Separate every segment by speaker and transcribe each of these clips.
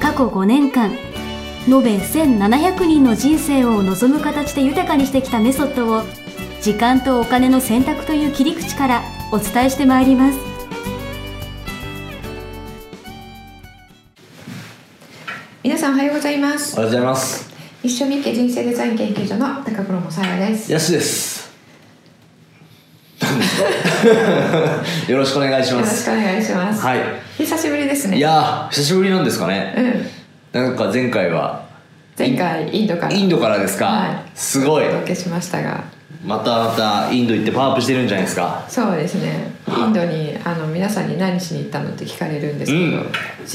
Speaker 1: 過去5年間延べ1700人の人生を望む形で豊かにしてきたメソッドを時間とお金の選択という切り口からお伝えしてまいります
Speaker 2: 皆さんおはようございま
Speaker 3: お
Speaker 2: す
Speaker 3: はようございます。
Speaker 2: 一緒に家人生デザイン研究所の高頃もさやです
Speaker 3: ヤシです。 よろしくお願いし
Speaker 2: よ
Speaker 3: ま
Speaker 2: ろし
Speaker 3: す。
Speaker 2: くお願いします、
Speaker 3: はい
Speaker 2: 久しぶりですね
Speaker 3: いやー、久しぶりなんですかね。
Speaker 2: うん
Speaker 3: なんか前回は
Speaker 2: 前回インドから
Speaker 3: インドからですか。
Speaker 2: はい
Speaker 3: すごい
Speaker 2: お。届けしましたが
Speaker 3: またまたインド行ってパワーアップしてるんじゃないですか。
Speaker 2: そうですねインドにあの皆さんに何しに行ったのって聞かれるんですけど、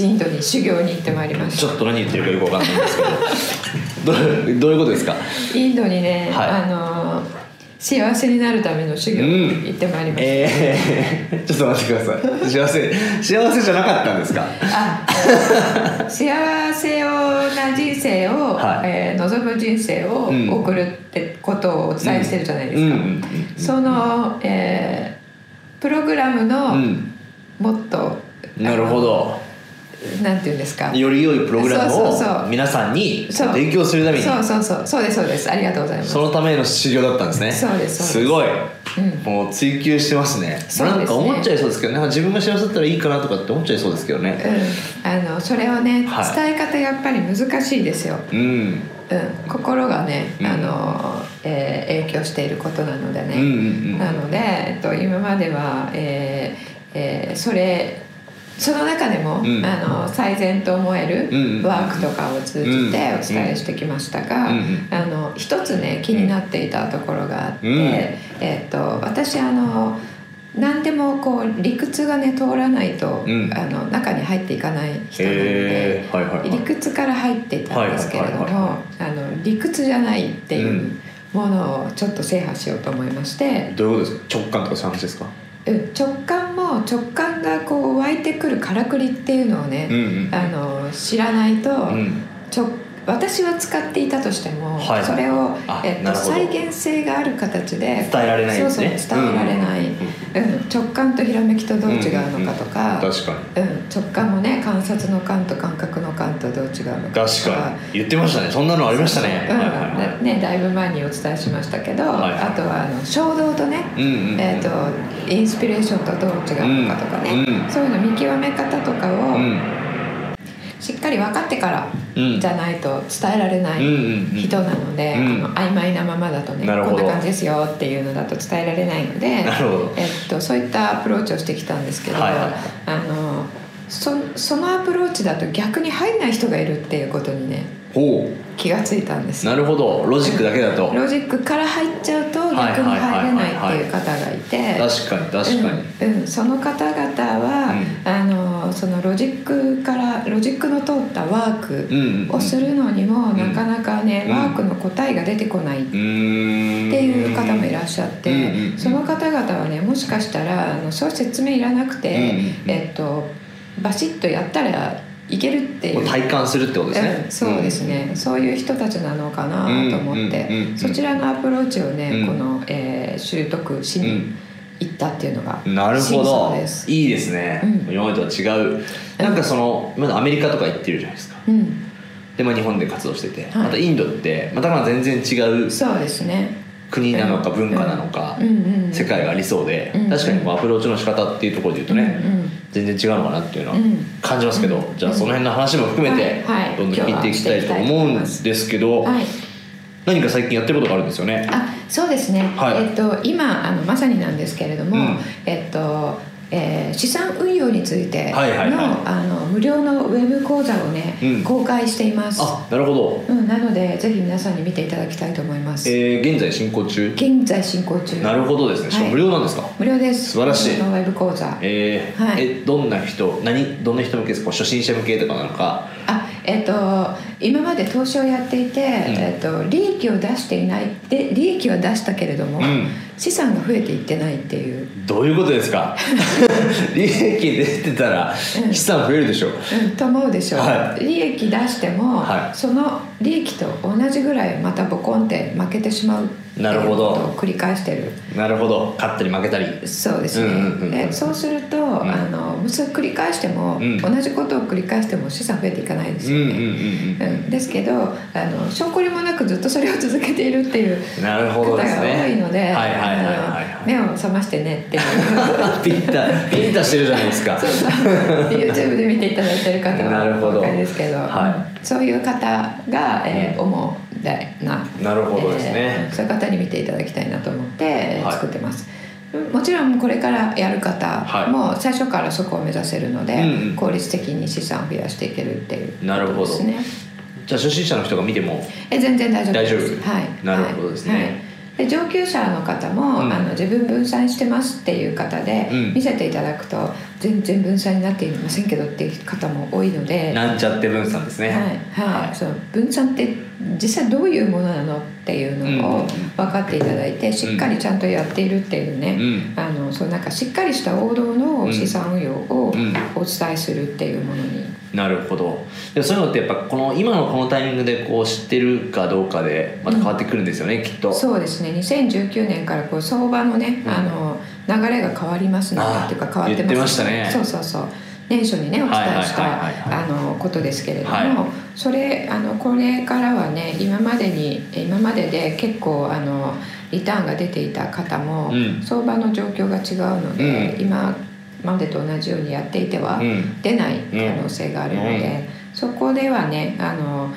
Speaker 2: インドに修行に行ってまいりまし
Speaker 3: ち
Speaker 2: た
Speaker 3: ょっと何言ってるかよくわかんないんですけど。 どどういうことですか。
Speaker 2: インドにね、
Speaker 3: はい
Speaker 2: あのー幸せになるための修行
Speaker 3: うん
Speaker 2: 行ってまいりました、
Speaker 3: え ー、ちょっと待ってください。幸せ幸せじゃなかったんですか。
Speaker 2: あ幸せをな人生を、
Speaker 3: はい
Speaker 2: えー望む人生を
Speaker 3: うん
Speaker 2: 送るってことをお伝えしてるじゃないで
Speaker 3: う
Speaker 2: す
Speaker 3: んう
Speaker 2: か、
Speaker 3: ん
Speaker 2: その、えープログラムの
Speaker 3: うん。
Speaker 2: もっと、
Speaker 3: うん。なるほど。
Speaker 2: なんていうんですか
Speaker 3: より良いプログラム
Speaker 2: そうそうそ
Speaker 3: を
Speaker 2: う
Speaker 3: 皆さんに
Speaker 2: そう
Speaker 3: 提供するために
Speaker 2: そうそうそうそうですそうですありがとうございます
Speaker 3: そのための修行だったんですね
Speaker 2: そうですそうです
Speaker 3: すごい
Speaker 2: うん
Speaker 3: もう追求してますね
Speaker 2: そうですね
Speaker 3: なんか思っちゃいそうですけどねなんか自分が幸せだったらいいかなとかって思っちゃいそうですけどね
Speaker 2: うん、あのそれをね、
Speaker 3: はい
Speaker 2: 伝え方やっぱり難しいですよ、
Speaker 3: うん
Speaker 2: うん、心がね、
Speaker 3: うん
Speaker 2: あのえー影響していることなのでね、
Speaker 3: うんうん
Speaker 2: なので、えっと、今までは、えーえーそれその中でも、
Speaker 3: うん
Speaker 2: あの最善と思え
Speaker 3: うんうん
Speaker 2: るワークとかを通じて
Speaker 3: うん
Speaker 2: お伝えしてきましたが、
Speaker 3: うんうん
Speaker 2: あの一つね気になっていたところがあって、
Speaker 3: うん
Speaker 2: えっと私あの何でもこう理屈がね通らないと、
Speaker 3: うん
Speaker 2: あの中に入っていかない人なので
Speaker 3: へ。えはいはいは
Speaker 2: 理
Speaker 3: い
Speaker 2: 屈から入ってたんですけれども、
Speaker 3: はいはいは
Speaker 2: あの理屈じゃないっていううんものをちょっと制覇しようと思いまして、
Speaker 3: どういうことですか直感とかそういう話ですか
Speaker 2: うん直感も直感がこう湧いてくるからくりっていうのを
Speaker 3: うんう
Speaker 2: ね、
Speaker 3: ん
Speaker 2: あの知らないと、
Speaker 3: うん
Speaker 2: ちょ私は使っていたとしても、
Speaker 3: はい
Speaker 2: それを
Speaker 3: あ、
Speaker 2: えっ
Speaker 3: な
Speaker 2: と、
Speaker 3: るほど
Speaker 2: 再現性がある形で
Speaker 3: 伝えられないですね
Speaker 2: そうそう伝えられない、
Speaker 3: うんうん
Speaker 2: うん直感とひらめきとどう違うのかとか。
Speaker 3: 確かに
Speaker 2: うん、直感もね観察の感と感覚の感とどう違うのかと
Speaker 3: 確かに言ってましたねそんなのありましたね
Speaker 2: うん
Speaker 3: はいはいはい
Speaker 2: ね、だいぶ前にお伝えしましたけど、
Speaker 3: はい
Speaker 2: あとはあの衝動とね、
Speaker 3: うんうんうん
Speaker 2: えー、とインスピレーションとどう違うのかとかね、
Speaker 3: うんうん
Speaker 2: そういうの見極め方とか
Speaker 3: う
Speaker 2: を
Speaker 3: ん
Speaker 2: しっかり分かってから
Speaker 3: うん
Speaker 2: じゃないと伝えられな
Speaker 3: うん
Speaker 2: い
Speaker 3: うんうん
Speaker 2: 人なので、
Speaker 3: うん
Speaker 2: あの曖昧なままだとね
Speaker 3: なるほ
Speaker 2: こ
Speaker 3: ど
Speaker 2: んな感じですよっていうのだと伝えられないので
Speaker 3: なるほど
Speaker 2: えっと、そういったアプローチをしてきたんですけど、
Speaker 3: はいはい
Speaker 2: あのそそのアプローチだと逆に入んない人がいるっていうことにね
Speaker 3: ほ
Speaker 2: 気がついたんです
Speaker 3: うなるほどロジックだけだと
Speaker 2: ロジックから入っちゃうと逆に入れないっていう方がいて
Speaker 3: 確かに確かに
Speaker 2: うんうん、その方々は、あのそのロジックからロジックの通ったワ
Speaker 3: う
Speaker 2: ー
Speaker 3: んうん
Speaker 2: クをするのにも、
Speaker 3: ん
Speaker 2: なかなかね、
Speaker 3: う
Speaker 2: ワ
Speaker 3: ん
Speaker 2: ークの答えが出てこないっ
Speaker 3: ってて
Speaker 2: いう方もい
Speaker 3: っ
Speaker 2: らっしゃって、
Speaker 3: うんうん
Speaker 2: その方々はねもしかしたらあのそう説明いらなくて、
Speaker 3: うんうん
Speaker 2: えっと、バシッとやったらいけるっていう
Speaker 3: 体感するってことですね、
Speaker 2: うん、そうですね、そういう人たちなのかなと思って、
Speaker 3: うんうんうんうん
Speaker 2: そちらのアプローチをね、
Speaker 3: うん
Speaker 2: この、えー習得し
Speaker 3: う
Speaker 2: に
Speaker 3: ん
Speaker 2: 行ったっていうのが、
Speaker 3: なるほ
Speaker 2: 真
Speaker 3: ど
Speaker 2: 相です
Speaker 3: いいですね、
Speaker 2: うん
Speaker 3: 今までとは違うなんかそのまだアメリカとか行ってるじゃないですか
Speaker 2: うん、
Speaker 3: で、まあ、日本で活動してて、
Speaker 2: はい
Speaker 3: またインドってまたまあ全然違う
Speaker 2: そうですね、
Speaker 3: 国なのか文化なのか、
Speaker 2: うんうんうん
Speaker 3: 世界がありそうで、
Speaker 2: うん
Speaker 3: 確かにこうアプローチの仕方っていうところで言うとね、
Speaker 2: うんうん
Speaker 3: 全然違うのかなっていうのは
Speaker 2: うん
Speaker 3: 感じますけど、
Speaker 2: うん
Speaker 3: じゃあその辺の話も含めて、
Speaker 2: はいはい
Speaker 3: どんどん聞いていきたいと思うんですけど、
Speaker 2: はい、
Speaker 3: 何か最近やってることがあるんですよね
Speaker 2: あそうですね、
Speaker 3: はい
Speaker 2: えっと今あのまさになんですけれども、
Speaker 3: うん
Speaker 2: えっとえー資産運用についての,、
Speaker 3: はいはいはい
Speaker 2: あの無料のウェブ講座をね、
Speaker 3: うん
Speaker 2: 公開しています、
Speaker 3: あなるほど
Speaker 2: うん、なのでぜひ皆さんに見ていただきたいと思います、
Speaker 3: えー現在進行中
Speaker 2: 現在進行中
Speaker 3: なるほどですねしか
Speaker 2: は
Speaker 3: も
Speaker 2: い
Speaker 3: 無料なんですか、
Speaker 2: 無料です
Speaker 3: 素晴らしい
Speaker 2: 無料のウェブ講座
Speaker 3: えー
Speaker 2: はい
Speaker 3: えどんな人何どんな人向けですかこう初心者向けとかなのか
Speaker 2: あえっと、今まで投資をやっていて、えっと、利益を出していないで利益は出したけれども、
Speaker 3: うん
Speaker 2: 資産が増えていってないっていう
Speaker 3: どういうことです か利益出てたら
Speaker 2: うん
Speaker 3: 資産増えるでしょう、
Speaker 2: うんと思うでしょう、
Speaker 3: は
Speaker 2: 利益出しても、
Speaker 3: はい
Speaker 2: その利益と同じぐらいまたボコンって負けてしまうっていう
Speaker 3: なるほど
Speaker 2: ことを繰り返してる
Speaker 3: なるほど勝ったり負けたり
Speaker 2: そうですね、
Speaker 3: うんうんうんうん
Speaker 2: でそうすると、
Speaker 3: ん
Speaker 2: あのそれ繰り返しても、
Speaker 3: うん
Speaker 2: 同じことを繰り返しても資産増えていかないんで
Speaker 3: う
Speaker 2: す
Speaker 3: ん
Speaker 2: よ
Speaker 3: う
Speaker 2: ね、
Speaker 3: んうん
Speaker 2: うん、ですけどあの証拠りもなくずっとそれを続けているっていう
Speaker 3: うんなるほ
Speaker 2: 方
Speaker 3: ど
Speaker 2: が
Speaker 3: ですね
Speaker 2: 多いので
Speaker 3: はいはいはいは
Speaker 2: あ
Speaker 3: い
Speaker 2: の
Speaker 3: はい
Speaker 2: 目を覚ましてねっていう
Speaker 3: ピンタピンタしてるじゃないです か
Speaker 2: そうそう YouTube で見ていただいてる方
Speaker 3: なるほど
Speaker 2: はお分かりですけど
Speaker 3: は
Speaker 2: そういう方が、えー
Speaker 3: う
Speaker 2: 主だな
Speaker 3: なるほどです
Speaker 2: え
Speaker 3: ね
Speaker 2: ー、そういう方に見ていただきたいなと思ってえー
Speaker 3: はい
Speaker 2: 作ってます、うんもちろんこれからやる方も最初からそこを目指せるので、
Speaker 3: うんうん
Speaker 2: 効率的に資産を増やしていけるっていう
Speaker 3: なるほど
Speaker 2: ことですね
Speaker 3: じゃあ初心者の人が見ても
Speaker 2: え全然大丈夫です
Speaker 3: 大丈夫
Speaker 2: はい
Speaker 3: なるほどですね
Speaker 2: はいで上級者の方も、
Speaker 3: うん
Speaker 2: あの自分分散してますっていう方で、
Speaker 3: うん
Speaker 2: 見せていただくと全然分散になっていませんけどっていう方も多いので
Speaker 3: なんちゃって分散ですね、
Speaker 2: はいはい
Speaker 3: はい
Speaker 2: そう分散って実際どういうものなのっていうの
Speaker 3: う
Speaker 2: を
Speaker 3: ん
Speaker 2: 分かっていただいてしっかりちゃんとやっているっていうね、
Speaker 3: うん
Speaker 2: あのそうなんかしっかりした王道の資産運用をお
Speaker 3: うん
Speaker 2: 伝えするっていうものに、
Speaker 3: なるほどでもそういうのってやっぱこの今のこのタイミングでこう知ってるかどうかでまた変わってくるんですよね、きっと
Speaker 2: そうですね2019年からこう相場のね、
Speaker 3: うん
Speaker 2: あの流れが変わりますね
Speaker 3: あー
Speaker 2: っていうか変わってます
Speaker 3: 言ってましたね
Speaker 2: そうそうそう年初にねお伝えし
Speaker 3: はいはいはいは
Speaker 2: たあのことですけれども、
Speaker 3: は
Speaker 2: それあのこれからはね今までに今までで結構あのリターンが出ていた方も、
Speaker 3: うん
Speaker 2: 相場の状況が違うので、
Speaker 3: う
Speaker 2: 今までと同じようにやっていては
Speaker 3: うん
Speaker 2: 出ない可能性があるので、そこではねあの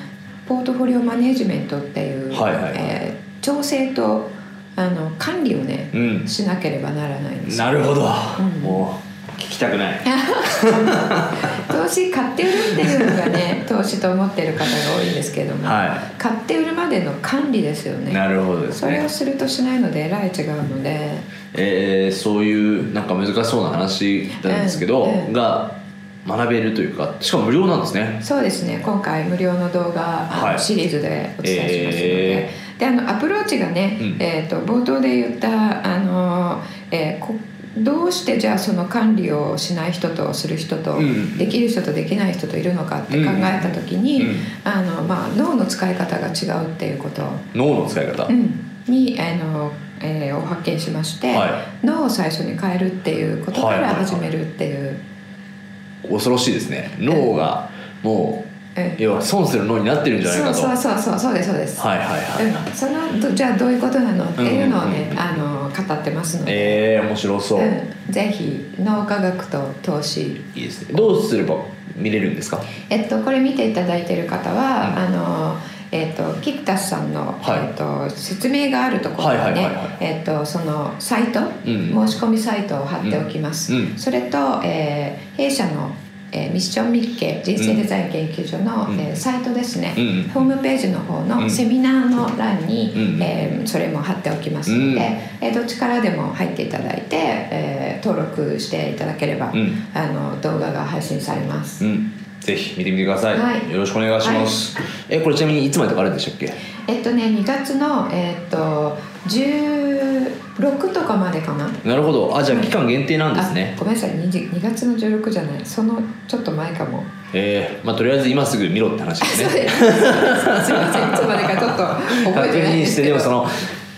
Speaker 2: ポートフォリオマネジメントっていう、
Speaker 3: はいはいはい
Speaker 2: えー調整とあの管理をね、
Speaker 3: うん
Speaker 2: しなければならないんですよ
Speaker 3: なるほど、
Speaker 2: うん
Speaker 3: もう聞きたくない
Speaker 2: 投資買って売るっていうのが ね投資と思ってる方が多いんですけども、
Speaker 3: は
Speaker 2: 買って売るまでの管理ですよ
Speaker 3: い
Speaker 2: ね
Speaker 3: なるほどです
Speaker 2: それ
Speaker 3: ね
Speaker 2: をするとしないのでえらい違うので
Speaker 3: えーそういうなんか難しそうな話なんですけど、
Speaker 2: うんうん
Speaker 3: が学べるというかしかも無料なんですね
Speaker 2: そうですね今回無料の動画、あの
Speaker 3: はい
Speaker 2: シリーズでお伝えしますので、
Speaker 3: え
Speaker 2: であのアプローチがね、
Speaker 3: うん
Speaker 2: えー、と冒頭で言ったあの、えーこどうしてじゃあその管理をしない人とする人と、
Speaker 3: うん
Speaker 2: できる人とできない人といるのかって考えた時に、
Speaker 3: うんうん
Speaker 2: あのまあ、脳の使い方が違うっていうこと、
Speaker 3: 脳の使い方、
Speaker 2: うんにあの、えーを発見しまして、
Speaker 3: は
Speaker 2: 脳を最初に変えるっていうことか
Speaker 3: はいはい
Speaker 2: ら
Speaker 3: はい
Speaker 2: 始めるっていう。
Speaker 3: 恐ろしいですね脳がも
Speaker 2: うん
Speaker 3: う要は損する脳になってるんじゃないかと
Speaker 2: そうそうそうそうそうですそうです、
Speaker 3: はいはいはい、
Speaker 2: うん、そのどじゃあどういうことなのっていうのを
Speaker 3: うんうん
Speaker 2: ね
Speaker 3: う、ん
Speaker 2: あの語ってますので、
Speaker 3: えー、面白そう、
Speaker 2: うん、ぜひ脳科学と投資
Speaker 3: いいですねどうすれば見れるんですか
Speaker 2: えっとこれ見ていただいている方は、
Speaker 3: うん
Speaker 2: あのえっとキクタスさんの、
Speaker 3: はい
Speaker 2: えっと説明があるところにね、
Speaker 3: はいはいはいはい
Speaker 2: えっとそのサイト、
Speaker 3: ん
Speaker 2: 申し込みサイトを貼っておきます、
Speaker 3: うん
Speaker 2: それと、えー弊社の、えーミッションミッケ人生デザイン研究所の、
Speaker 3: うん
Speaker 2: えーサイトですね、
Speaker 3: うん
Speaker 2: ホームページの方
Speaker 3: う
Speaker 2: の
Speaker 3: ん
Speaker 2: セミナーの欄に、
Speaker 3: うん
Speaker 2: えーそれも貼っておきますので、
Speaker 3: うん
Speaker 2: えーどっちからでも入っていただいて、えー登録していただければ、
Speaker 3: うん
Speaker 2: あの動画が配信されます、
Speaker 3: うんぜひ見てみてください、
Speaker 2: はい
Speaker 3: よろしくお願いします、えこれちなみにいつまでとかあるんでしたっけ
Speaker 2: えっとね2月の、えーっと16とかまでかな
Speaker 3: なるほどあじゃあ期間限定なんです
Speaker 2: あ
Speaker 3: ね
Speaker 2: ごめんなさい 2, 2月の16じゃないそのちょっと前かも
Speaker 3: えー、まあとりあえず今すぐ見ろって話で す
Speaker 2: そう
Speaker 3: ね
Speaker 2: です。すみません、いつまでかちょっと覚
Speaker 3: 確
Speaker 2: えてないん
Speaker 3: 認
Speaker 2: で
Speaker 3: し
Speaker 2: す
Speaker 3: て
Speaker 2: け
Speaker 3: で
Speaker 2: ど。
Speaker 3: も その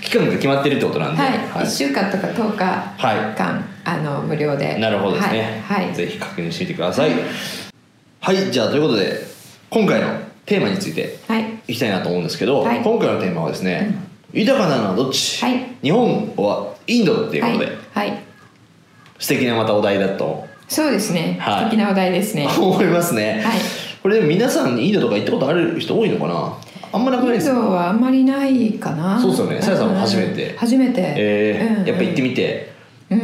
Speaker 3: 期間が決まってるってことなんで
Speaker 2: は、
Speaker 3: はい
Speaker 2: 一週間とか十日間、
Speaker 3: は
Speaker 2: あの無料で。
Speaker 3: なるほどですね、
Speaker 2: はい。はい
Speaker 3: ぜひ確認してみてくださいはいじゃあということで今回のテーマについて
Speaker 2: はい。
Speaker 3: いきたいなと思うんですけど、
Speaker 2: はい
Speaker 3: 今回のテーマはですね、豊かなのはどっち、
Speaker 2: はい
Speaker 3: 日本はインドっていうことで、
Speaker 2: はい。はい。
Speaker 3: 素敵なまたお題だと
Speaker 2: そうですね。
Speaker 3: はい
Speaker 2: 素敵なお題ですね。
Speaker 3: 思いますね、
Speaker 2: はい
Speaker 3: これでも皆さんインドとか行ったことある人多いのかなあんまなくないで
Speaker 2: イン
Speaker 3: すか
Speaker 2: ドはあんまりないかな。
Speaker 3: そうですよねさやさんも
Speaker 2: う
Speaker 3: 初めて
Speaker 2: 初めて。
Speaker 3: えーやっぱ行って
Speaker 2: み。
Speaker 3: みて
Speaker 2: うん。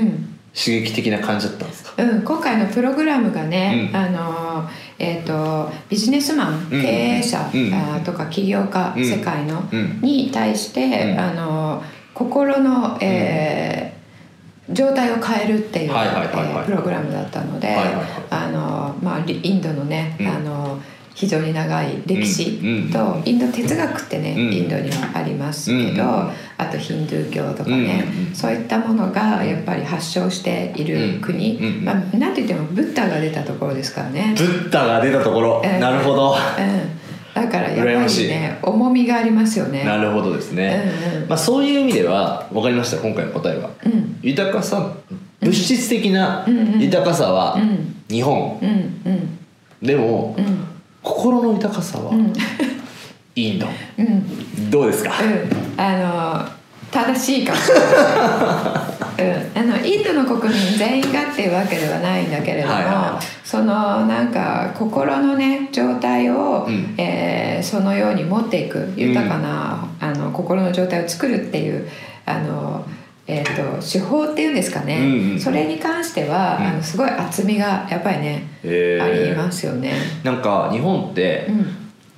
Speaker 3: 刺激的な感じだったんですか
Speaker 2: うん、今回のプログラムがね、
Speaker 3: うん
Speaker 2: あのえー、とビジネスマン、
Speaker 3: うん
Speaker 2: 経営者、
Speaker 3: うん
Speaker 2: あーとか起業家、
Speaker 3: うん
Speaker 2: 世界の、
Speaker 3: うん
Speaker 2: に対して、
Speaker 3: うん
Speaker 2: あの心の、えー状態を変えるっていう、
Speaker 3: はいはいはいはい
Speaker 2: えープログラムだったので、
Speaker 3: はいはいはい
Speaker 2: あのまあ、リインドのね、
Speaker 3: うん
Speaker 2: あの非常に長い歴史とインド哲学ってね
Speaker 3: うん
Speaker 2: インドにはありますけど
Speaker 3: うん
Speaker 2: あとヒンドゥー教とかね
Speaker 3: うん
Speaker 2: そういったものがやっぱり発祥している国
Speaker 3: うん
Speaker 2: まあなんといってもブッダが出たところですからね。
Speaker 3: ブッダが出たところ、
Speaker 2: えー
Speaker 3: なるほど、
Speaker 2: うん、だからや
Speaker 3: 羨
Speaker 2: っ
Speaker 3: ま
Speaker 2: ぱ
Speaker 3: しい
Speaker 2: りね重みがありますよね。
Speaker 3: なるほどですね、
Speaker 2: うんうん
Speaker 3: まあ、そういう意味では分かりました今回の答えは
Speaker 2: うん
Speaker 3: 豊かさ物質的な
Speaker 2: うんうん
Speaker 3: 豊かさは
Speaker 2: うん
Speaker 3: 日本、
Speaker 2: うんうん
Speaker 3: でも
Speaker 2: うん
Speaker 3: 心の豊かさは
Speaker 2: うん
Speaker 3: インド、
Speaker 2: うんうん
Speaker 3: どうですか、
Speaker 2: あの正しい かもしれない。うん、あのインドの国民全員がっていうわけではないんだけれども、
Speaker 3: はいは
Speaker 2: そのなんか心のね状態を、
Speaker 3: うん
Speaker 2: えーそのように持っていく豊かな、あの心の状態を作るっていうあの、えー、と手法っていうんですかね、
Speaker 3: うんうん
Speaker 2: それに関しては、
Speaker 3: うん
Speaker 2: あのすごい厚みがやっぱりね、
Speaker 3: えー
Speaker 2: ありますよね。
Speaker 3: なんか日本って、
Speaker 2: うん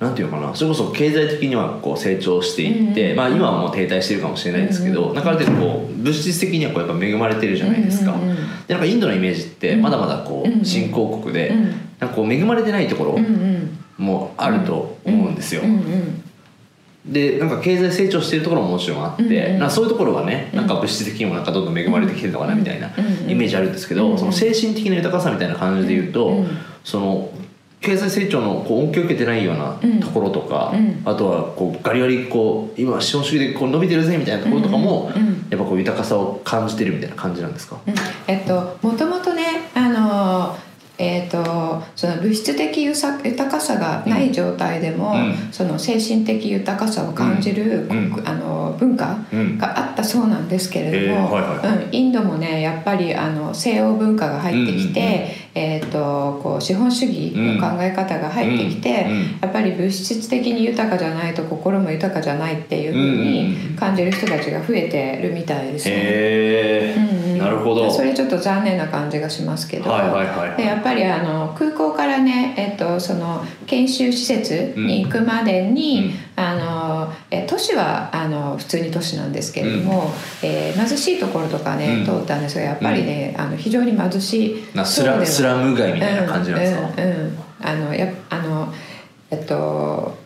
Speaker 3: なんていうのかなそれこそ経済的にはこう成長していって、
Speaker 2: うん
Speaker 3: まあ、今はもう停滞してるかもしれないですけど、
Speaker 2: うん
Speaker 3: なんかある程度こう物質的にはこうやっぱ恵まれてるじゃないですか。
Speaker 2: うんうんうん
Speaker 3: でなんかインドのイメージってまだまだこ
Speaker 2: うんう
Speaker 3: うん新興国で、
Speaker 2: うん
Speaker 3: なんかこう恵まれてないところ
Speaker 2: うんうん
Speaker 3: もあると思うんですよ。
Speaker 2: うんうん
Speaker 3: でなんか経済成長してるところももちろんあって、
Speaker 2: うんうん
Speaker 3: なんかそういうところはね
Speaker 2: うん
Speaker 3: なんか物質的にもなんかどんどん恵まれてきてるのかなみたいな
Speaker 2: うんうん
Speaker 3: イメージあるんですけど、
Speaker 2: うんうん
Speaker 3: その精神的な豊かさみたいな感じで言うと、
Speaker 2: うん
Speaker 3: その経済成長のこう恩恵を受けてないような
Speaker 2: うん
Speaker 3: ところとか、
Speaker 2: うん
Speaker 3: あとはこうガリガリこう今資本主義でこう伸びてるぜみたいなところとかも、
Speaker 2: うんうん
Speaker 3: やっぱこう豊かさを感じてるみたいな感じなんですか、
Speaker 2: うんえっともともとねあのえっとその物質的ゆさ豊かさがない状態でも、
Speaker 3: うん
Speaker 2: その精神的豊かさを感じる、
Speaker 3: うん
Speaker 2: こあの文化
Speaker 3: うん
Speaker 2: があったそうなんですけれども、
Speaker 3: えーはいはいは
Speaker 2: うん、インドもねやっぱりあの西欧文化が入ってきて、
Speaker 3: うんうんうん
Speaker 2: えっとこう資本主義の考え方が入ってきて、
Speaker 3: うんうん
Speaker 2: やっぱり物質的に豊かじゃないと心も豊かじゃないっていうふう
Speaker 3: うんうんうん
Speaker 2: に感じる人たちが増えてるみたいですね。
Speaker 3: へ
Speaker 2: うん
Speaker 3: え
Speaker 2: うん
Speaker 3: なるほど
Speaker 2: それちょっと残念な感じがしますけど、
Speaker 3: はいはいはいはい
Speaker 2: でやっぱりあの空港からね、えっと、その研修施設に行くまでに、あのえ都市はあの普通に都市なんですけれども、えー貧しいところとかね、
Speaker 3: うん
Speaker 2: 通ったんですがやっぱりね、あの非常に貧しい
Speaker 3: なスラ
Speaker 2: そうでは
Speaker 3: スラム街みたいな感じなんですか、
Speaker 2: うんうんうんあのやっあのえっと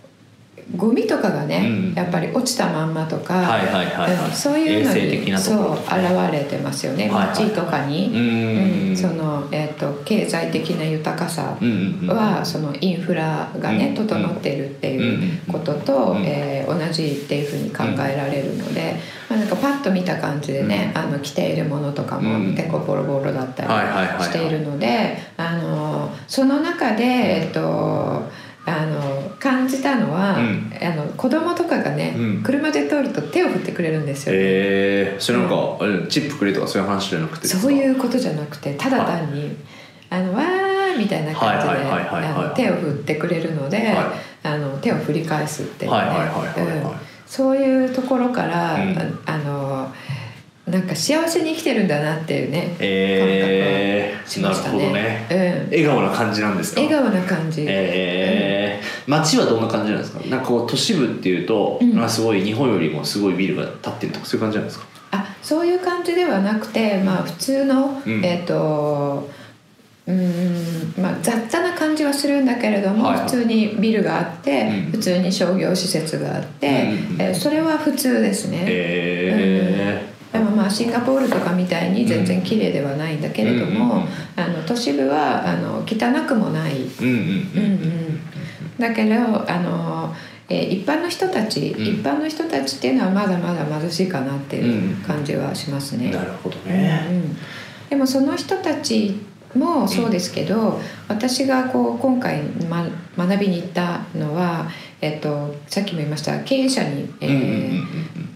Speaker 2: ゴミとかがね、
Speaker 3: うん
Speaker 2: やっぱり落ちたまんまとか、
Speaker 3: はいはいはいはい
Speaker 2: うんそういうの
Speaker 3: 衛生的
Speaker 2: に
Speaker 3: なところと
Speaker 2: そ
Speaker 3: か
Speaker 2: う現れてますよね、
Speaker 3: はいはい
Speaker 2: 街とかに、
Speaker 3: うん
Speaker 2: うんその、えっと経済的な豊かさ
Speaker 3: うんうんうん
Speaker 2: は、そのインフラがね、
Speaker 3: うん
Speaker 2: 整ってるっていうことと、
Speaker 3: うん
Speaker 2: えー同じっていうふうに考えられるので、まあ、なんかパッと見た感じでね、あの着ているものとかも
Speaker 3: うん
Speaker 2: 結構ボロボロだったり
Speaker 3: はいはいはいはい
Speaker 2: しているのであのその中で、えっとあの感じたのは、
Speaker 3: うん
Speaker 2: あの子供とかがね、
Speaker 3: うん
Speaker 2: 車で通ると手を振ってくれるんですよ、
Speaker 3: えー、それなんか、あれチップくれとかそういう話じゃなくてですか
Speaker 2: そういうことじゃなくてただ単に「あのわー」みたいな感じで
Speaker 3: はいはいはいはいはい
Speaker 2: あの手を振ってくれるので、
Speaker 3: は
Speaker 2: あの手を振り返すっていうね
Speaker 3: はいはいはいはいはい
Speaker 2: うんそういうところから、
Speaker 3: うん
Speaker 2: ああのなんか幸せに生きてるんだなっていうね、
Speaker 3: え
Speaker 2: 感覚を
Speaker 3: ー、
Speaker 2: しま
Speaker 3: なる
Speaker 2: した
Speaker 3: ほどね、
Speaker 2: ね、
Speaker 3: 笑顔な感じなんです
Speaker 2: う
Speaker 3: か
Speaker 2: ん、笑顔な感じ、
Speaker 3: えー、街はどんな感じなんですかなんかこう都市部っていうと、
Speaker 2: うん
Speaker 3: なんかすごい日本よりもすごいビルが建ってるとかそういう感じなんですか
Speaker 2: あそういう感じではなくて、まあ、普通の、
Speaker 3: うん
Speaker 2: えっ、とうーんまあ、雑多な感じはするんだけれども、
Speaker 3: はいはい
Speaker 2: 普通にビルがあって、
Speaker 3: うん
Speaker 2: 普通に商業施設があって、
Speaker 3: うんうん
Speaker 2: えーそれは普通ですね、
Speaker 3: え
Speaker 2: でもまあシンガポールとかみたいに全然綺麗ではないんだけれども、
Speaker 3: うんうんうん
Speaker 2: あの都市部はあの汚くもない、
Speaker 3: ー、うん
Speaker 2: うん
Speaker 3: うん
Speaker 2: うん、だけどあの、えー一般の人たち、
Speaker 3: うん
Speaker 2: 一般の人たちっていうのはまだまだ貧しいかなっていう
Speaker 3: うん
Speaker 2: 感じはしますね。
Speaker 3: なるほど
Speaker 2: う
Speaker 3: ね、
Speaker 2: んうんでもその人たちもそうですけど、私がこう今回、ま、学びに行ったのは、えっと、さっきも言いました経営者に、え
Speaker 3: うんうん
Speaker 2: ー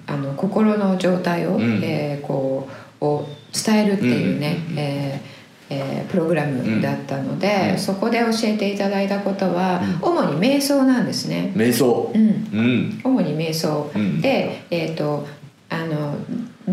Speaker 2: あの心の状態を、
Speaker 3: うん
Speaker 2: えーこうを伝えるっていうね、
Speaker 3: うんうんうんうん
Speaker 2: えーえープログラムだったので、
Speaker 3: うん
Speaker 2: そこで教えていただいたことは、
Speaker 3: う
Speaker 2: 主に瞑想なんですね
Speaker 3: う。んうん瞑想
Speaker 2: うん
Speaker 3: うん
Speaker 2: 主に瞑想
Speaker 3: うん
Speaker 2: で、えー、とあの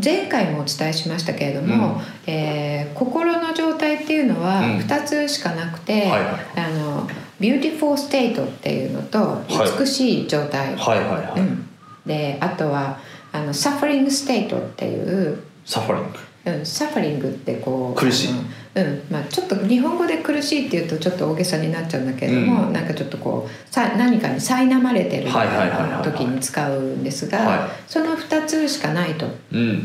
Speaker 2: 前回もお伝えしましたけれども、えー心の状態っていうのは
Speaker 3: うん
Speaker 2: 2つしかなくて、
Speaker 3: はいはい
Speaker 2: あのビューティフォーステートっていうのと
Speaker 3: い
Speaker 2: 美しい状態、
Speaker 3: はいはいはい、
Speaker 2: うん、であとはあのサファリングステートっていう、
Speaker 3: サファリング
Speaker 2: うん、サファリングってこう
Speaker 3: 苦しい
Speaker 2: あのうんまあ、ちょっと日本語で苦しいっていうとちょっと大げさになっちゃうんだけれども、
Speaker 3: うん
Speaker 2: なんかちょっとこうさ何かに苛まれてるみたい
Speaker 3: はいはいはいはいは
Speaker 2: ない時に使うんですが、
Speaker 3: はい
Speaker 2: その2つしかないと、
Speaker 3: うんうん
Speaker 2: うん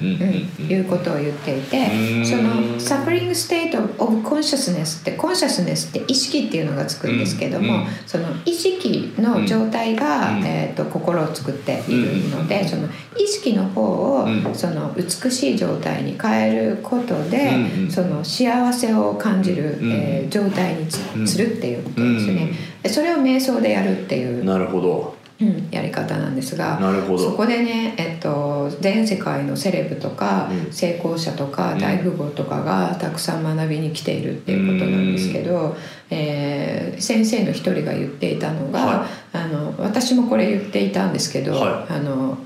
Speaker 3: うん
Speaker 2: いうことを言っていて、
Speaker 3: うん
Speaker 2: そのサフリングステートオブコンシャスネスってコンシャスネスって意識っていうのがつくんですけども、
Speaker 3: うん
Speaker 2: その意識の状態が、
Speaker 3: うん
Speaker 2: えー、と心を作っているので、
Speaker 3: うん
Speaker 2: その意識の方を、
Speaker 3: うん
Speaker 2: その美しい状態に変えることで、
Speaker 3: うんうん
Speaker 2: その幸せを感じる、
Speaker 3: うん
Speaker 2: えー状態につ
Speaker 3: うん
Speaker 2: するっていうことですね、でそれを瞑想でやるっていうう、
Speaker 3: んなるほど
Speaker 2: うんやり方なんですが。
Speaker 3: なるほ
Speaker 2: そ
Speaker 3: ど
Speaker 2: こでね、えっと、全世界のセレブとか、
Speaker 3: うん
Speaker 2: 成功者とか
Speaker 3: うん
Speaker 2: 大富豪とかがたくさん学びに来ているっていうことなんですけど、えー先生の一人が言っていたのが、
Speaker 3: は
Speaker 2: あの私もこれ言っていたんですけど、
Speaker 3: は
Speaker 2: あの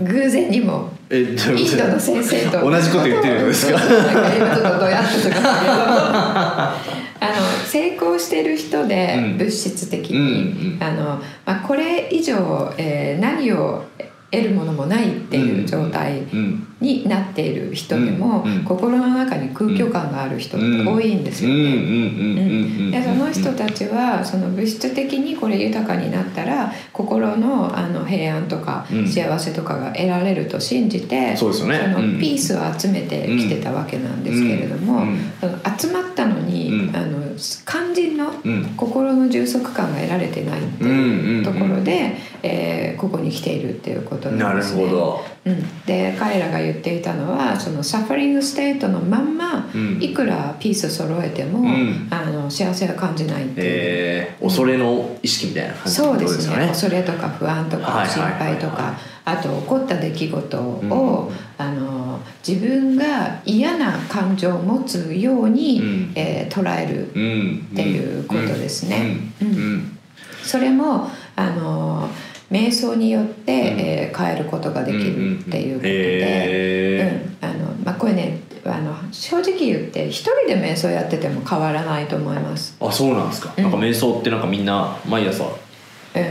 Speaker 2: 偶然にも
Speaker 3: えどういう
Speaker 2: イ
Speaker 3: こと
Speaker 2: ンドの先生と
Speaker 3: 同じこと言ってるんですか
Speaker 2: そうそうそうなんか今ちょっとどやっとしましたけどあの成功してる人で
Speaker 3: うん
Speaker 2: 物質的
Speaker 3: うん
Speaker 2: に、
Speaker 3: うん
Speaker 2: あのまあ、これ以上、えー何を得るものもないっていう状態
Speaker 3: うん
Speaker 2: になっている人でも、
Speaker 3: うんうん
Speaker 2: 心の中に空虚感がある人って多いんですよね。
Speaker 3: うんうんうんうん
Speaker 2: でその人
Speaker 3: うん
Speaker 2: たちはその物質的にこれ豊かになったら心のあの平安とか
Speaker 3: うん
Speaker 2: 幸せとかが得られると信じて、
Speaker 3: そうですよね
Speaker 2: その
Speaker 3: うん
Speaker 2: ピースを集めてきてたわけなんですけれども、
Speaker 3: うん
Speaker 2: その集まったのに、
Speaker 3: うん
Speaker 2: あの肝心の
Speaker 3: うん
Speaker 2: 心の充足感が得られてないって
Speaker 3: うんうんう
Speaker 2: い
Speaker 3: ん
Speaker 2: うところで、えーここに来ているっていうことな
Speaker 3: なん
Speaker 2: で
Speaker 3: る
Speaker 2: すね。
Speaker 3: ほど
Speaker 2: うん、で彼らが言っていたのはそのサファリングステートのまんま、
Speaker 3: うん
Speaker 2: いくらピース揃えても、
Speaker 3: うん
Speaker 2: あの幸せは感じないっていう、
Speaker 3: えー恐れの意識みたいな感じ
Speaker 2: そうですね
Speaker 3: ね
Speaker 2: 恐れとか不安と
Speaker 3: は
Speaker 2: か
Speaker 3: いはい
Speaker 2: 心
Speaker 3: はいはい
Speaker 2: 配とか、あと起こった出来事を、あの自分が嫌な感情を持つように、
Speaker 3: うん
Speaker 2: えー捉える
Speaker 3: うん
Speaker 2: っていうことですね
Speaker 3: うん
Speaker 2: うんそれもあの瞑想によって、
Speaker 3: うん
Speaker 2: えー変えることができるっていうことで。
Speaker 3: え
Speaker 2: うんあのまあ、これねあの正直言って一人で瞑想やってても変わらないと思います、
Speaker 3: ーあそうなんですか
Speaker 2: うん
Speaker 3: なんか瞑想ってなんかみんな毎朝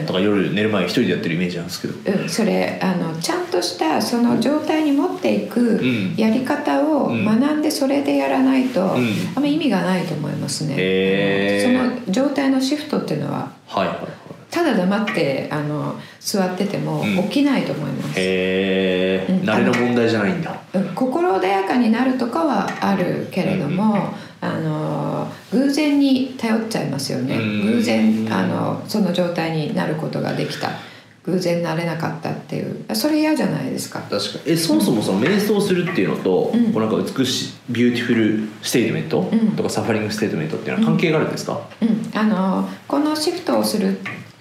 Speaker 3: とか夜寝る前一人でやってるイメージなんですけど
Speaker 2: うんうん、それあのちゃんとしたその状態に持っていく
Speaker 3: ん
Speaker 2: やり方を
Speaker 3: うん
Speaker 2: 学んでそれでやらないと、
Speaker 3: うん
Speaker 2: あんま意味がないと思いますね、
Speaker 3: へー
Speaker 2: その状態のシフトっていうのは
Speaker 3: はいはいはい
Speaker 2: ただ黙ってあの座ってても
Speaker 3: うん
Speaker 2: 起きないと思います、
Speaker 3: へえ
Speaker 2: うん
Speaker 3: 慣れの問題じゃないんだ
Speaker 2: うん心穏やかになるとかはあるけれども、
Speaker 3: うんうん
Speaker 2: あの偶然に頼っちゃいますよね、
Speaker 3: うん
Speaker 2: 偶然あのその状態になることができた偶然なれなかったっていうそれ嫌じゃないですか。
Speaker 3: 確かにえそもそもその瞑想するっていうのと、
Speaker 2: うん
Speaker 3: こうなんか美しいビューティフルステートメント
Speaker 2: うん
Speaker 3: とかサファリングステートメントっていうのは関係があるんですか、
Speaker 2: うん、あのこのシフトをする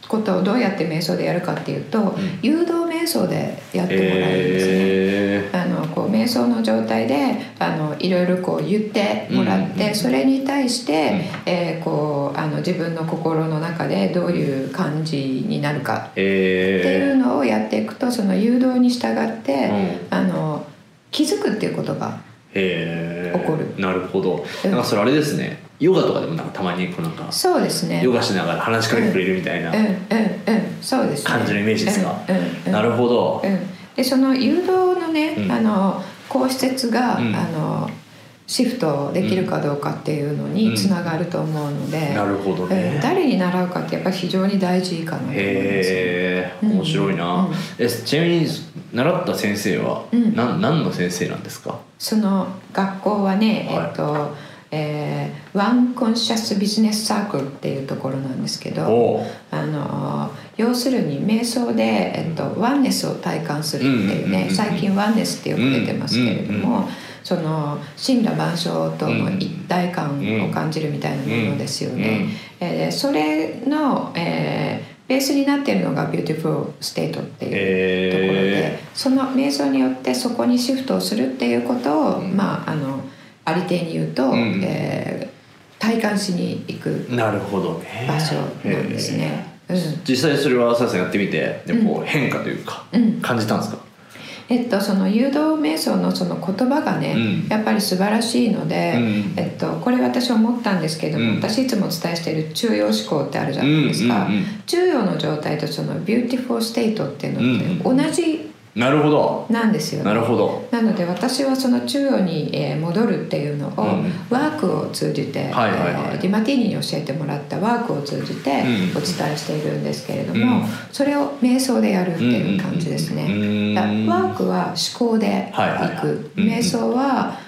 Speaker 2: ことをどうやって瞑想でやるかっていうと、
Speaker 3: ん
Speaker 2: 誘導瞑想でやってもらうんですね。
Speaker 3: え
Speaker 2: あのこう瞑想の状態であのいろいろこう言ってもらって、
Speaker 3: うんうん
Speaker 2: それに対して、えーこうあの自分の心の中でどういう感じになるか
Speaker 3: ー、えー、
Speaker 2: っていうのをやっていくとその誘導に従って、
Speaker 3: うん
Speaker 2: あの気づくっていうことが
Speaker 3: へー
Speaker 2: 起こる
Speaker 3: なるほど
Speaker 2: うん
Speaker 3: なんかそれあれですねヨガとかでもなんかたまにこうなんか
Speaker 2: そうですね。
Speaker 3: ヨガしながら話しかけてくれるみたいな
Speaker 2: うんうんうん、そうですね、
Speaker 3: 感じのイメージですか
Speaker 2: うんうんうん
Speaker 3: なるほど
Speaker 2: うん、でその誘導のね、
Speaker 3: うん
Speaker 2: あのこう施設が、
Speaker 3: うん
Speaker 2: あのシフトできるかどうかっていうのにつながると思うので、
Speaker 3: なるほど
Speaker 2: うん
Speaker 3: ね
Speaker 2: 誰に習うかってやっぱり非常に大事かなと思いますね。
Speaker 3: へ
Speaker 2: う
Speaker 3: え
Speaker 2: ん
Speaker 3: 面白いな
Speaker 2: うん
Speaker 3: えちなみに習った先生は
Speaker 2: うん
Speaker 3: なん何の先生なんですか
Speaker 2: その学校はね、
Speaker 3: はい
Speaker 2: えっと、えーワンコンシャスビジネスサークルっていうところなんですけど、
Speaker 3: おう
Speaker 2: あの要するに瞑想で、えっと、ワンネスを体感するっていう
Speaker 3: うんうんうん
Speaker 2: ね
Speaker 3: うん
Speaker 2: 最近ワンネスってよく出てますけれど
Speaker 3: うんう
Speaker 2: も、その神羅万象との一体感を感じるみたいなものですよね。えーそれの、えーベースになっているのが「ビューティフルステートっていうところで
Speaker 3: え
Speaker 2: その瞑想によってそこにシフトをするっていうことを、まあ、あのありていに言うと、
Speaker 3: うん
Speaker 2: えー体感しに行く
Speaker 3: ー、なるほどね
Speaker 2: 場所なんです
Speaker 3: へ
Speaker 2: ね。うん
Speaker 3: ー実際それはささんやってみてでもこう変化というか
Speaker 2: うん
Speaker 3: 感じたんですか
Speaker 2: えっと、その誘導瞑想のその言葉がね、
Speaker 3: うん
Speaker 2: やっぱり素晴らしいので、
Speaker 3: うん
Speaker 2: えっと、これ私思ったんですけども、
Speaker 3: うん
Speaker 2: 私いつもお伝えしている中庸思考ってあるじゃないですか、
Speaker 3: うんうんうん
Speaker 2: 中庸の状態とそのビューティフルステートっていうのって
Speaker 3: うん
Speaker 2: 同じ
Speaker 3: なるほど
Speaker 2: なんですよね
Speaker 3: なるほど
Speaker 2: なので私はその中央にえー戻るっていうのを
Speaker 3: うん
Speaker 2: ワークを通じて、
Speaker 3: はいはいはい
Speaker 2: えーディマティーニに教えてもらったワークを通じて
Speaker 3: うん
Speaker 2: お伝えしているんですけれど
Speaker 3: う
Speaker 2: も、
Speaker 3: ん
Speaker 2: それを瞑想でやるっていう感じです
Speaker 3: うんうんうんうん
Speaker 2: ね。だからワークは思考で
Speaker 3: はいはい
Speaker 2: 行
Speaker 3: はい
Speaker 2: く、
Speaker 3: うんうん
Speaker 2: 瞑想は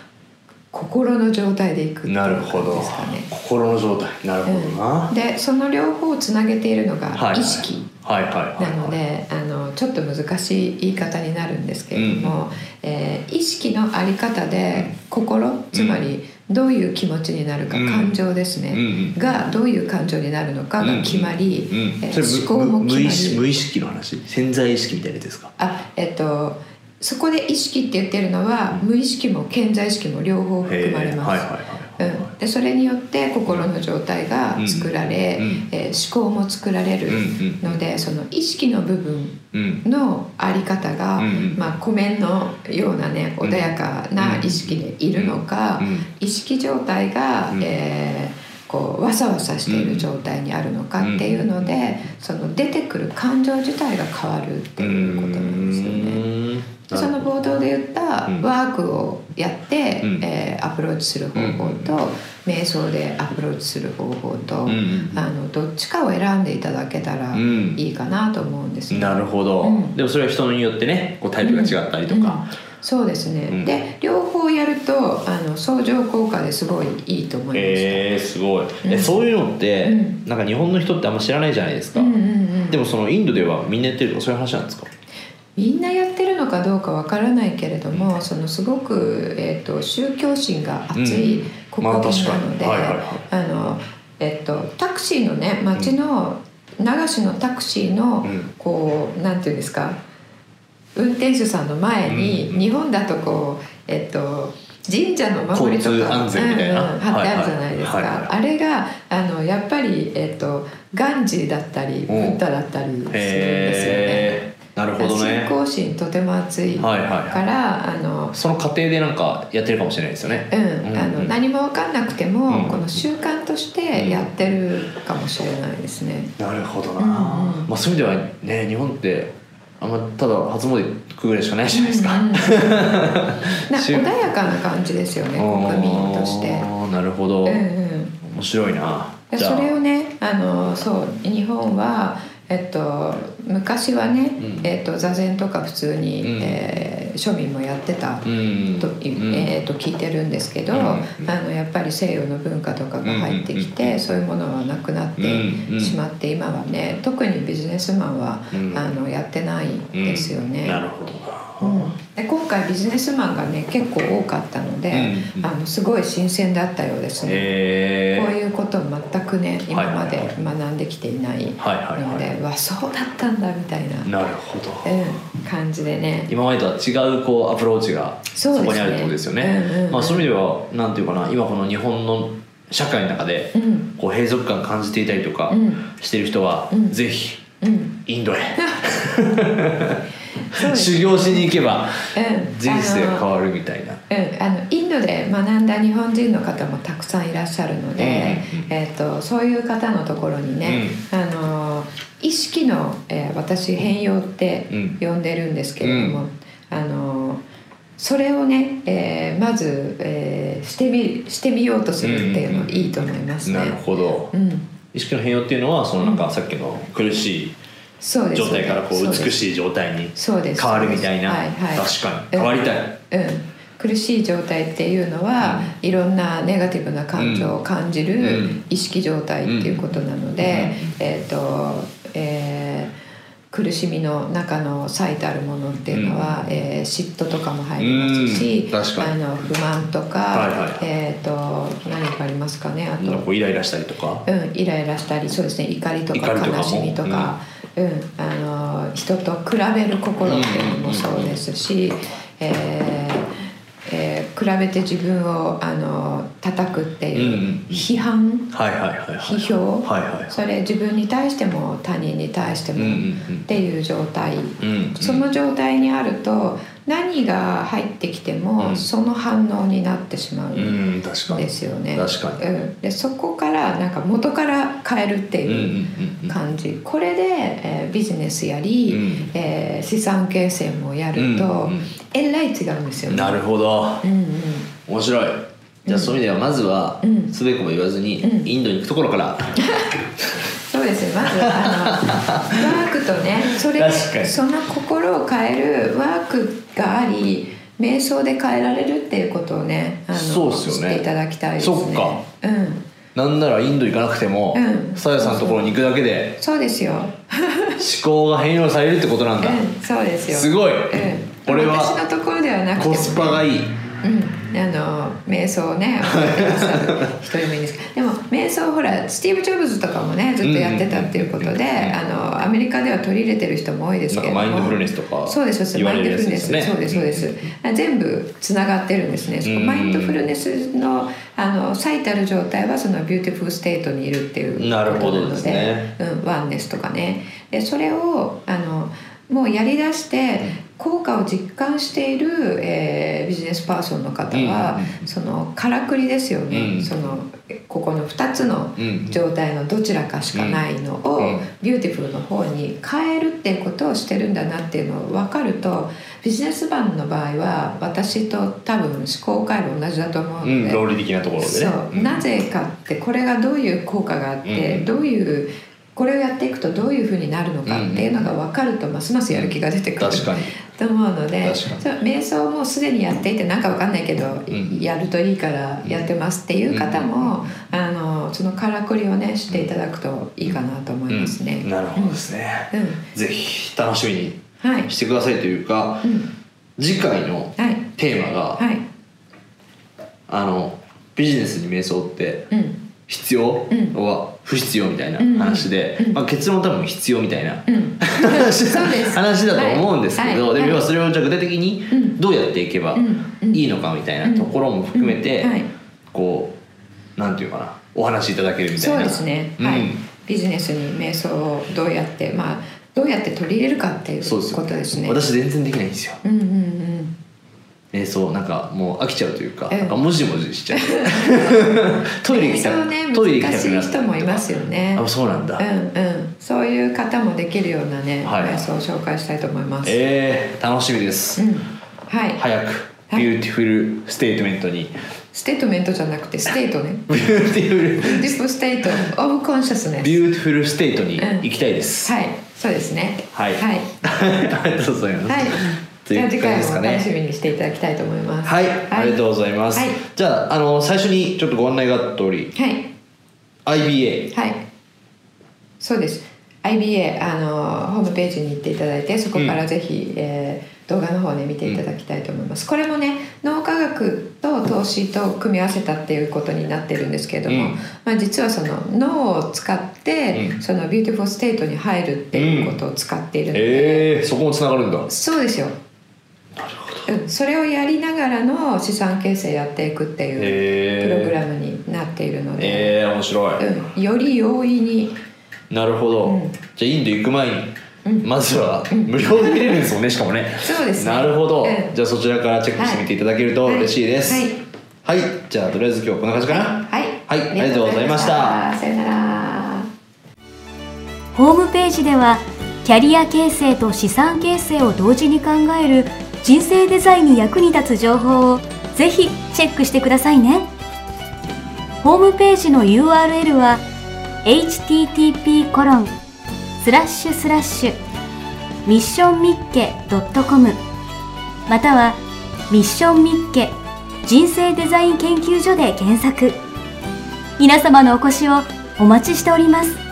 Speaker 2: 心の状態で行くっていう
Speaker 3: なる
Speaker 2: 感
Speaker 3: ほ
Speaker 2: じ
Speaker 3: ど
Speaker 2: ですかね。
Speaker 3: 心の状態なるほどな、
Speaker 2: でその両方をつなげているのが意識。
Speaker 3: はいはいはい
Speaker 2: なのであのちょっと難しい言い方になるんですけれども、えー意識のあり方で心つまりどういう気持ちになるか、
Speaker 3: うん
Speaker 2: 感情ですね、
Speaker 3: うんうん
Speaker 2: がどういう感情になるのかが決まり、
Speaker 3: うん
Speaker 2: えー
Speaker 3: それむ
Speaker 2: 思考も
Speaker 3: む
Speaker 2: 決
Speaker 3: 無意
Speaker 2: ま
Speaker 3: 識
Speaker 2: り
Speaker 3: 無意識の話潜在意識みたいなやつですか
Speaker 2: あえっ、とそこで意識って言ってるのは無意識も健在意識も両方含まれます。
Speaker 3: へーはいはいは
Speaker 2: う
Speaker 3: いはい
Speaker 2: ん、でそれによって心の状態が作られ、
Speaker 3: うんうん
Speaker 2: えー思考も作られるので、その意識の部分
Speaker 3: うん
Speaker 2: のあり方が、
Speaker 3: うんうん
Speaker 2: まあ、湖面のようなね穏やかな意識でいるのか、
Speaker 3: うん
Speaker 2: 意識状態が、
Speaker 3: うん
Speaker 2: えーこうわさわさしている状態にあるのかっていうので、その出てくる感情自体が変わるっていうことなんですよね。でその冒頭で言った
Speaker 3: うん
Speaker 2: ワークをやって、
Speaker 3: うん
Speaker 2: えーアプローチする方法と、瞑想でアプローチする方法と、
Speaker 3: うんうん
Speaker 2: あのどっちかを選んでいただけたら
Speaker 3: うん
Speaker 2: いいかなと思うんですよね
Speaker 3: なるほど、
Speaker 2: うん
Speaker 3: でもそれは人によってねこうタイプが違ったりとか、
Speaker 2: そうですね、
Speaker 3: うん
Speaker 2: で両方やるとあの相乗効果ですごいいいと思いました、
Speaker 3: へえー、すごい、え
Speaker 2: うん
Speaker 3: そういうのって、
Speaker 2: うん
Speaker 3: なんか日本の人ってあんま知らないじゃないですか、
Speaker 2: うんうんうん、
Speaker 3: でもそのインドではみんなやってるとかそういう話なんですか
Speaker 2: みんなやってるのかどうかわからないけれども、そのすごく、えー、と宗教心が熱い国
Speaker 3: まあ
Speaker 2: 民な
Speaker 3: 確かに
Speaker 2: ので
Speaker 3: はいはいはい
Speaker 2: あのえっとタクシーのね街の、流しのタクシーの、
Speaker 3: うん
Speaker 2: こうなんていうんですか運転手さんの前に、
Speaker 3: うんうん
Speaker 2: 日本だとこうえっと神社の守りと
Speaker 3: 交通
Speaker 2: か
Speaker 3: 安全みたいな
Speaker 2: うんうん貼ってあるじゃないですか、
Speaker 3: はいはいはいはい
Speaker 2: あれがあのやっぱり、えっとガンジーだったりブッダだったりするんですよね。
Speaker 3: へえー、なるほど
Speaker 2: 信
Speaker 3: ね
Speaker 2: 仰心とても熱いか
Speaker 3: はいはい
Speaker 2: ら、
Speaker 3: はい
Speaker 2: あの
Speaker 3: その過程でなんかやってるかもしれないですよね、
Speaker 2: うん、
Speaker 3: うん
Speaker 2: あの何も分かんなくても、
Speaker 3: うん
Speaker 2: この習慣としてやってるかもしれないですね。
Speaker 3: なるほどな、
Speaker 2: うんうん
Speaker 3: まあ、そういう意味ではね日本ってあんまただ初詣行くぐらいしかないじゃないですか、
Speaker 2: うん うんな
Speaker 3: 習慣
Speaker 2: 穏やかな感じですよね国民として。
Speaker 3: あーなるほ
Speaker 2: う
Speaker 3: ど、
Speaker 2: んうん
Speaker 3: 面白いな
Speaker 2: で
Speaker 3: じゃあ
Speaker 2: それをねあのそう日本は、えっと、昔はね、
Speaker 3: うん
Speaker 2: えっと、座禅とか普通に、
Speaker 3: うん
Speaker 2: えー庶民もやってた
Speaker 3: うん
Speaker 2: と,、
Speaker 3: うん
Speaker 2: えー、と聞いてるんですけど、
Speaker 3: うん
Speaker 2: あのやっぱり西洋の文化とかが入ってきて、
Speaker 3: うん
Speaker 2: そういうものはなくなっ
Speaker 3: うんうん
Speaker 2: てしまって、今はね特にビジネスマンは、
Speaker 3: うん
Speaker 2: あのやってないですよね。
Speaker 3: うんなるほどな
Speaker 2: うんで今回ビジネスマンがね結構多かったので、
Speaker 3: うんうん
Speaker 2: あのすごい新鮮だったようですね。
Speaker 3: へえ
Speaker 2: こういうことを全くね今ま
Speaker 3: はい
Speaker 2: で
Speaker 3: は
Speaker 2: 学んできていないので、
Speaker 3: はいはいはい
Speaker 2: わそうだったんだみたいな、
Speaker 3: なるほど
Speaker 2: うん、感じでね
Speaker 3: 今までとは違うこうアプローチが
Speaker 2: そう
Speaker 3: そ
Speaker 2: ですね
Speaker 3: こにあるってことですよね
Speaker 2: うんうんうん
Speaker 3: まあ、そういう意味ではなんていうかな今この日本の社会の中で
Speaker 2: うん
Speaker 3: こう閉塞感感じていたりとか
Speaker 2: うん
Speaker 3: してる人は、
Speaker 2: うん
Speaker 3: ぜひ
Speaker 2: うん
Speaker 3: インドへ、
Speaker 2: そうです
Speaker 3: 修行しに行けば
Speaker 2: うん
Speaker 3: 人生
Speaker 2: あの
Speaker 3: 変わるみたいな
Speaker 2: うん、あのインドで学んだ日本人の方もたくさんいらっしゃるので、
Speaker 3: うんうんうん
Speaker 2: えー、とそういう方のところにね、あの意識の、えー私変容って
Speaker 3: うん
Speaker 2: 呼んでるんですけれども、
Speaker 3: う
Speaker 2: あのそれをね、えーまず、えーしてみしてみようとするっていうの
Speaker 3: うんうん
Speaker 2: いいと思います
Speaker 3: なる
Speaker 2: ね。
Speaker 3: ほど、
Speaker 2: うん、
Speaker 3: 意識の変容っていうのはそのなんかさっきの苦しい
Speaker 2: そうです
Speaker 3: 状態からこう
Speaker 2: そうです
Speaker 3: 美しい状態に
Speaker 2: そうです
Speaker 3: 変わるみたいな、
Speaker 2: はいはい
Speaker 3: 確かに変わりたい、
Speaker 2: うん、苦しい状態っていうのは、いろんなネガティブな感情を感じ
Speaker 3: う
Speaker 2: る
Speaker 3: ん
Speaker 2: 意識状態っていうことなので、えっ、と、えー苦しみの中の最たるものっていうのは、えー嫉妬とかも入りますし、
Speaker 3: うん確か
Speaker 2: あ
Speaker 3: に
Speaker 2: の不満とか、
Speaker 3: はいはい
Speaker 2: えっ、と何かありますかねあ
Speaker 3: なんか
Speaker 2: と、
Speaker 3: こうイライラしたりとか、
Speaker 2: うん、イライラしたりそうですね怒りと
Speaker 3: 怒
Speaker 2: か
Speaker 3: りとかも
Speaker 2: 悲しみとか、うんあの人と比べる心っていうのもそうですし、えーえー比べて自分をあの叩くって
Speaker 3: うん
Speaker 2: いう
Speaker 3: うん
Speaker 2: 批判、
Speaker 3: はいはいはいはい
Speaker 2: 批評
Speaker 3: はいはいはい
Speaker 2: それ自分に対しても他人に対して
Speaker 3: うんうん
Speaker 2: も
Speaker 3: うん
Speaker 2: っていう状態、
Speaker 3: うんうん
Speaker 2: その状態にあると何が入ってきても、
Speaker 3: うん
Speaker 2: その反応になってしま
Speaker 3: う
Speaker 2: うん
Speaker 3: 確かに
Speaker 2: ですよね。
Speaker 3: 確か
Speaker 2: うん、でそこからなんか元から変えるって
Speaker 3: にうんうん
Speaker 2: いう
Speaker 3: うん
Speaker 2: 感じ、これで、えービジネスやり、
Speaker 3: うん
Speaker 2: えー資産形成もや
Speaker 3: うん
Speaker 2: ると、
Speaker 3: うん
Speaker 2: えらい違うんですよ
Speaker 3: うん
Speaker 2: ね。
Speaker 3: なるほど
Speaker 2: うん
Speaker 3: 面白いじゃあそういう意味ではまずは
Speaker 2: うん
Speaker 3: すべくも言わずに
Speaker 2: うん
Speaker 3: インドに行くところから
Speaker 2: そうですねまずあ のワークとねそれ
Speaker 3: 確かに
Speaker 2: その心を変えるワークがあり瞑想で変えられるっていうことをねあの
Speaker 3: そうっすよ
Speaker 2: 知
Speaker 3: ね
Speaker 2: っていただきたいですね。
Speaker 3: そっか
Speaker 2: うん
Speaker 3: なんならインド行かなくても
Speaker 2: うん
Speaker 3: さやさんのところに行くだけで
Speaker 2: そうですよ。
Speaker 3: 思考が変容されるってことなんだ
Speaker 2: うんそうですよ。
Speaker 3: すごい
Speaker 2: うん、
Speaker 3: これ
Speaker 2: 私
Speaker 3: は
Speaker 2: のところではなくても
Speaker 3: コ
Speaker 2: ね
Speaker 3: スパがいい
Speaker 2: うん、あの瞑想を ね覚えてくださる人でもいいんですけどでも瞑想ほらスティーブ・ジョブズとかもねずっとやってたっていうことで、
Speaker 3: うんうんうん
Speaker 2: あのアメリカでは取り入れてる人も多いです
Speaker 3: な
Speaker 2: け
Speaker 3: ん
Speaker 2: れ
Speaker 3: か
Speaker 2: ども
Speaker 3: マインドフルネスとか
Speaker 2: そうですそうです
Speaker 3: 言わ
Speaker 2: マイ
Speaker 3: れ
Speaker 2: ン
Speaker 3: る
Speaker 2: ド
Speaker 3: や
Speaker 2: フ
Speaker 3: つ
Speaker 2: ル
Speaker 3: で
Speaker 2: ネ
Speaker 3: す
Speaker 2: ス、そ
Speaker 3: ね
Speaker 2: うですそうです全部つながってるんですねそこ
Speaker 3: うん
Speaker 2: マインドフルネスのあの最たる状態はそのビューティフルステートにいるっていう
Speaker 3: なる
Speaker 2: こ
Speaker 3: ほど
Speaker 2: となの
Speaker 3: ですね
Speaker 2: うん、ワンネスとかねでそれをあのもうやりだして効果を実感している、えービジネスパーソンの方は
Speaker 3: うんうん、
Speaker 2: そのからくりですよね、
Speaker 3: うん
Speaker 2: そのここの2つの
Speaker 3: うん
Speaker 2: 状態のどちらかしかないのを、
Speaker 3: うん
Speaker 2: ビューティフルの方に変えるっていうことをしてるんだなっていうのを分かるとビジネス版の場合は私と多分思考回路同じだと思うの
Speaker 3: う
Speaker 2: で、
Speaker 3: ん論理的なところでね
Speaker 2: そう、
Speaker 3: ん
Speaker 2: なぜかってこれがどういう効果があって、
Speaker 3: うん
Speaker 2: どういうこれをやっていくとどういうふうになるのかっていうのが分かると、ますますやる気が出てくる
Speaker 3: 確かに
Speaker 2: と思うので
Speaker 3: 確かに
Speaker 2: そう瞑想もすでにやっていてなんか分かんないけど、
Speaker 3: ん
Speaker 2: やるといいからやってますっていう方も、あのそのからくりをねしていただくといいかなと思いますね。
Speaker 3: うんなるほどですね
Speaker 2: うん、
Speaker 3: ぜひ楽しみに
Speaker 2: はい、
Speaker 3: してくださいというか
Speaker 2: うん、
Speaker 3: 次回の
Speaker 2: はい
Speaker 3: テーマが
Speaker 2: はい、
Speaker 3: あのビジネスに瞑想って
Speaker 2: うん
Speaker 3: 必要
Speaker 2: うん
Speaker 3: は不必要みたいな
Speaker 2: うん
Speaker 3: 話で、
Speaker 2: うん
Speaker 3: まあ、結論多分必要みたいな
Speaker 2: うん
Speaker 3: 話
Speaker 2: そうです
Speaker 3: 話だと思うんですけど、
Speaker 2: はいはい
Speaker 3: でも要は
Speaker 2: はい
Speaker 3: それをじゃあ具体的
Speaker 2: う
Speaker 3: に
Speaker 2: ん
Speaker 3: どうやっていけば
Speaker 2: うん
Speaker 3: いいのかみたいなところも含めて、
Speaker 2: うんはい
Speaker 3: こうなんていうかなお話しいただけるみたいな
Speaker 2: そうですね、
Speaker 3: うん
Speaker 2: はいビジネスに瞑想をどうやってまあどうやって取り入れるかっていう
Speaker 3: そうですよ
Speaker 2: ことですね
Speaker 3: 私全然できないんですよ
Speaker 2: うんうんうん
Speaker 3: 瞑想なんかもう飽きちゃうというか,、
Speaker 2: うん
Speaker 3: なんかもじもじしち ゃうトイレ行きた
Speaker 2: 瞑想
Speaker 3: く、
Speaker 2: ね
Speaker 3: トイレ行
Speaker 2: 難
Speaker 3: きた
Speaker 2: し
Speaker 3: くないった
Speaker 2: 人もいますよね
Speaker 3: あそうなんだ、
Speaker 2: うんうんそういう方もできるようなね、
Speaker 3: はい
Speaker 2: 瞑想を紹介したいと思います、
Speaker 3: えー、楽しみです、
Speaker 2: うんはい、
Speaker 3: 早く
Speaker 2: い
Speaker 3: ビューティフルステートメントに、
Speaker 2: ステートメントじゃなくてステート ね
Speaker 3: ビューティフル
Speaker 2: ディープステートオブコンシャスネス
Speaker 3: ビューティフルステートに行きたいです、
Speaker 2: はいそうですね
Speaker 3: はい
Speaker 2: はい、
Speaker 3: ありがとうございます、
Speaker 2: はい じ
Speaker 3: と
Speaker 2: ゃ
Speaker 3: い
Speaker 2: あ
Speaker 3: う
Speaker 2: 次
Speaker 3: 感じ
Speaker 2: 回
Speaker 3: ですか
Speaker 2: も楽し
Speaker 3: ね
Speaker 2: みにしていただきたいと思います
Speaker 3: はい、ありがとうございます、
Speaker 2: はい
Speaker 3: じゃああの最初にちょっとご案内があった通り
Speaker 2: はい、
Speaker 3: IBA
Speaker 2: はい。そうです。IBA あのホームページに行っていただいてそこからぜひ、えー動画の方で見ていただきたいと思います。これもね脳科学と投資と組み合わせたっていうことになってるんですけれども、
Speaker 3: うん
Speaker 2: まあ実はその脳を使って、
Speaker 3: うん
Speaker 2: そのビューティフルステートに入るっていうことを使っているので、
Speaker 3: えー、そこもつながるんだ
Speaker 2: そうですよ。うん、それをやりながらの資産形成やっていくっていう
Speaker 3: え
Speaker 2: プ
Speaker 3: ー、
Speaker 2: ログラムになっているので、
Speaker 3: えー、面白い、
Speaker 2: うん、より容易に
Speaker 3: なるほど、
Speaker 2: うん
Speaker 3: じゃあインド行く前に、
Speaker 2: うん
Speaker 3: まずは無料で見れるんですもんねしかもね
Speaker 2: そうですね
Speaker 3: なるほど、
Speaker 2: うん
Speaker 3: じゃあそちらからチェックしてみていただけると
Speaker 2: はい
Speaker 3: 嬉しいですはい、じゃあとりあえず今日はこんな感じかな
Speaker 2: はい、
Speaker 3: はいありがとうございました
Speaker 2: ありがとうございましたさよなら。
Speaker 1: ホームページではキャリア形成と資産形成を同時に考える人生デザインに役に立つ情報をぜひチェックしてくださいねホームページの URL は http コロンスラッシュスラッシュミッションミッケ .com またはミッションミッケ人生デザイン研究所で検索皆様のお越しをお待ちしております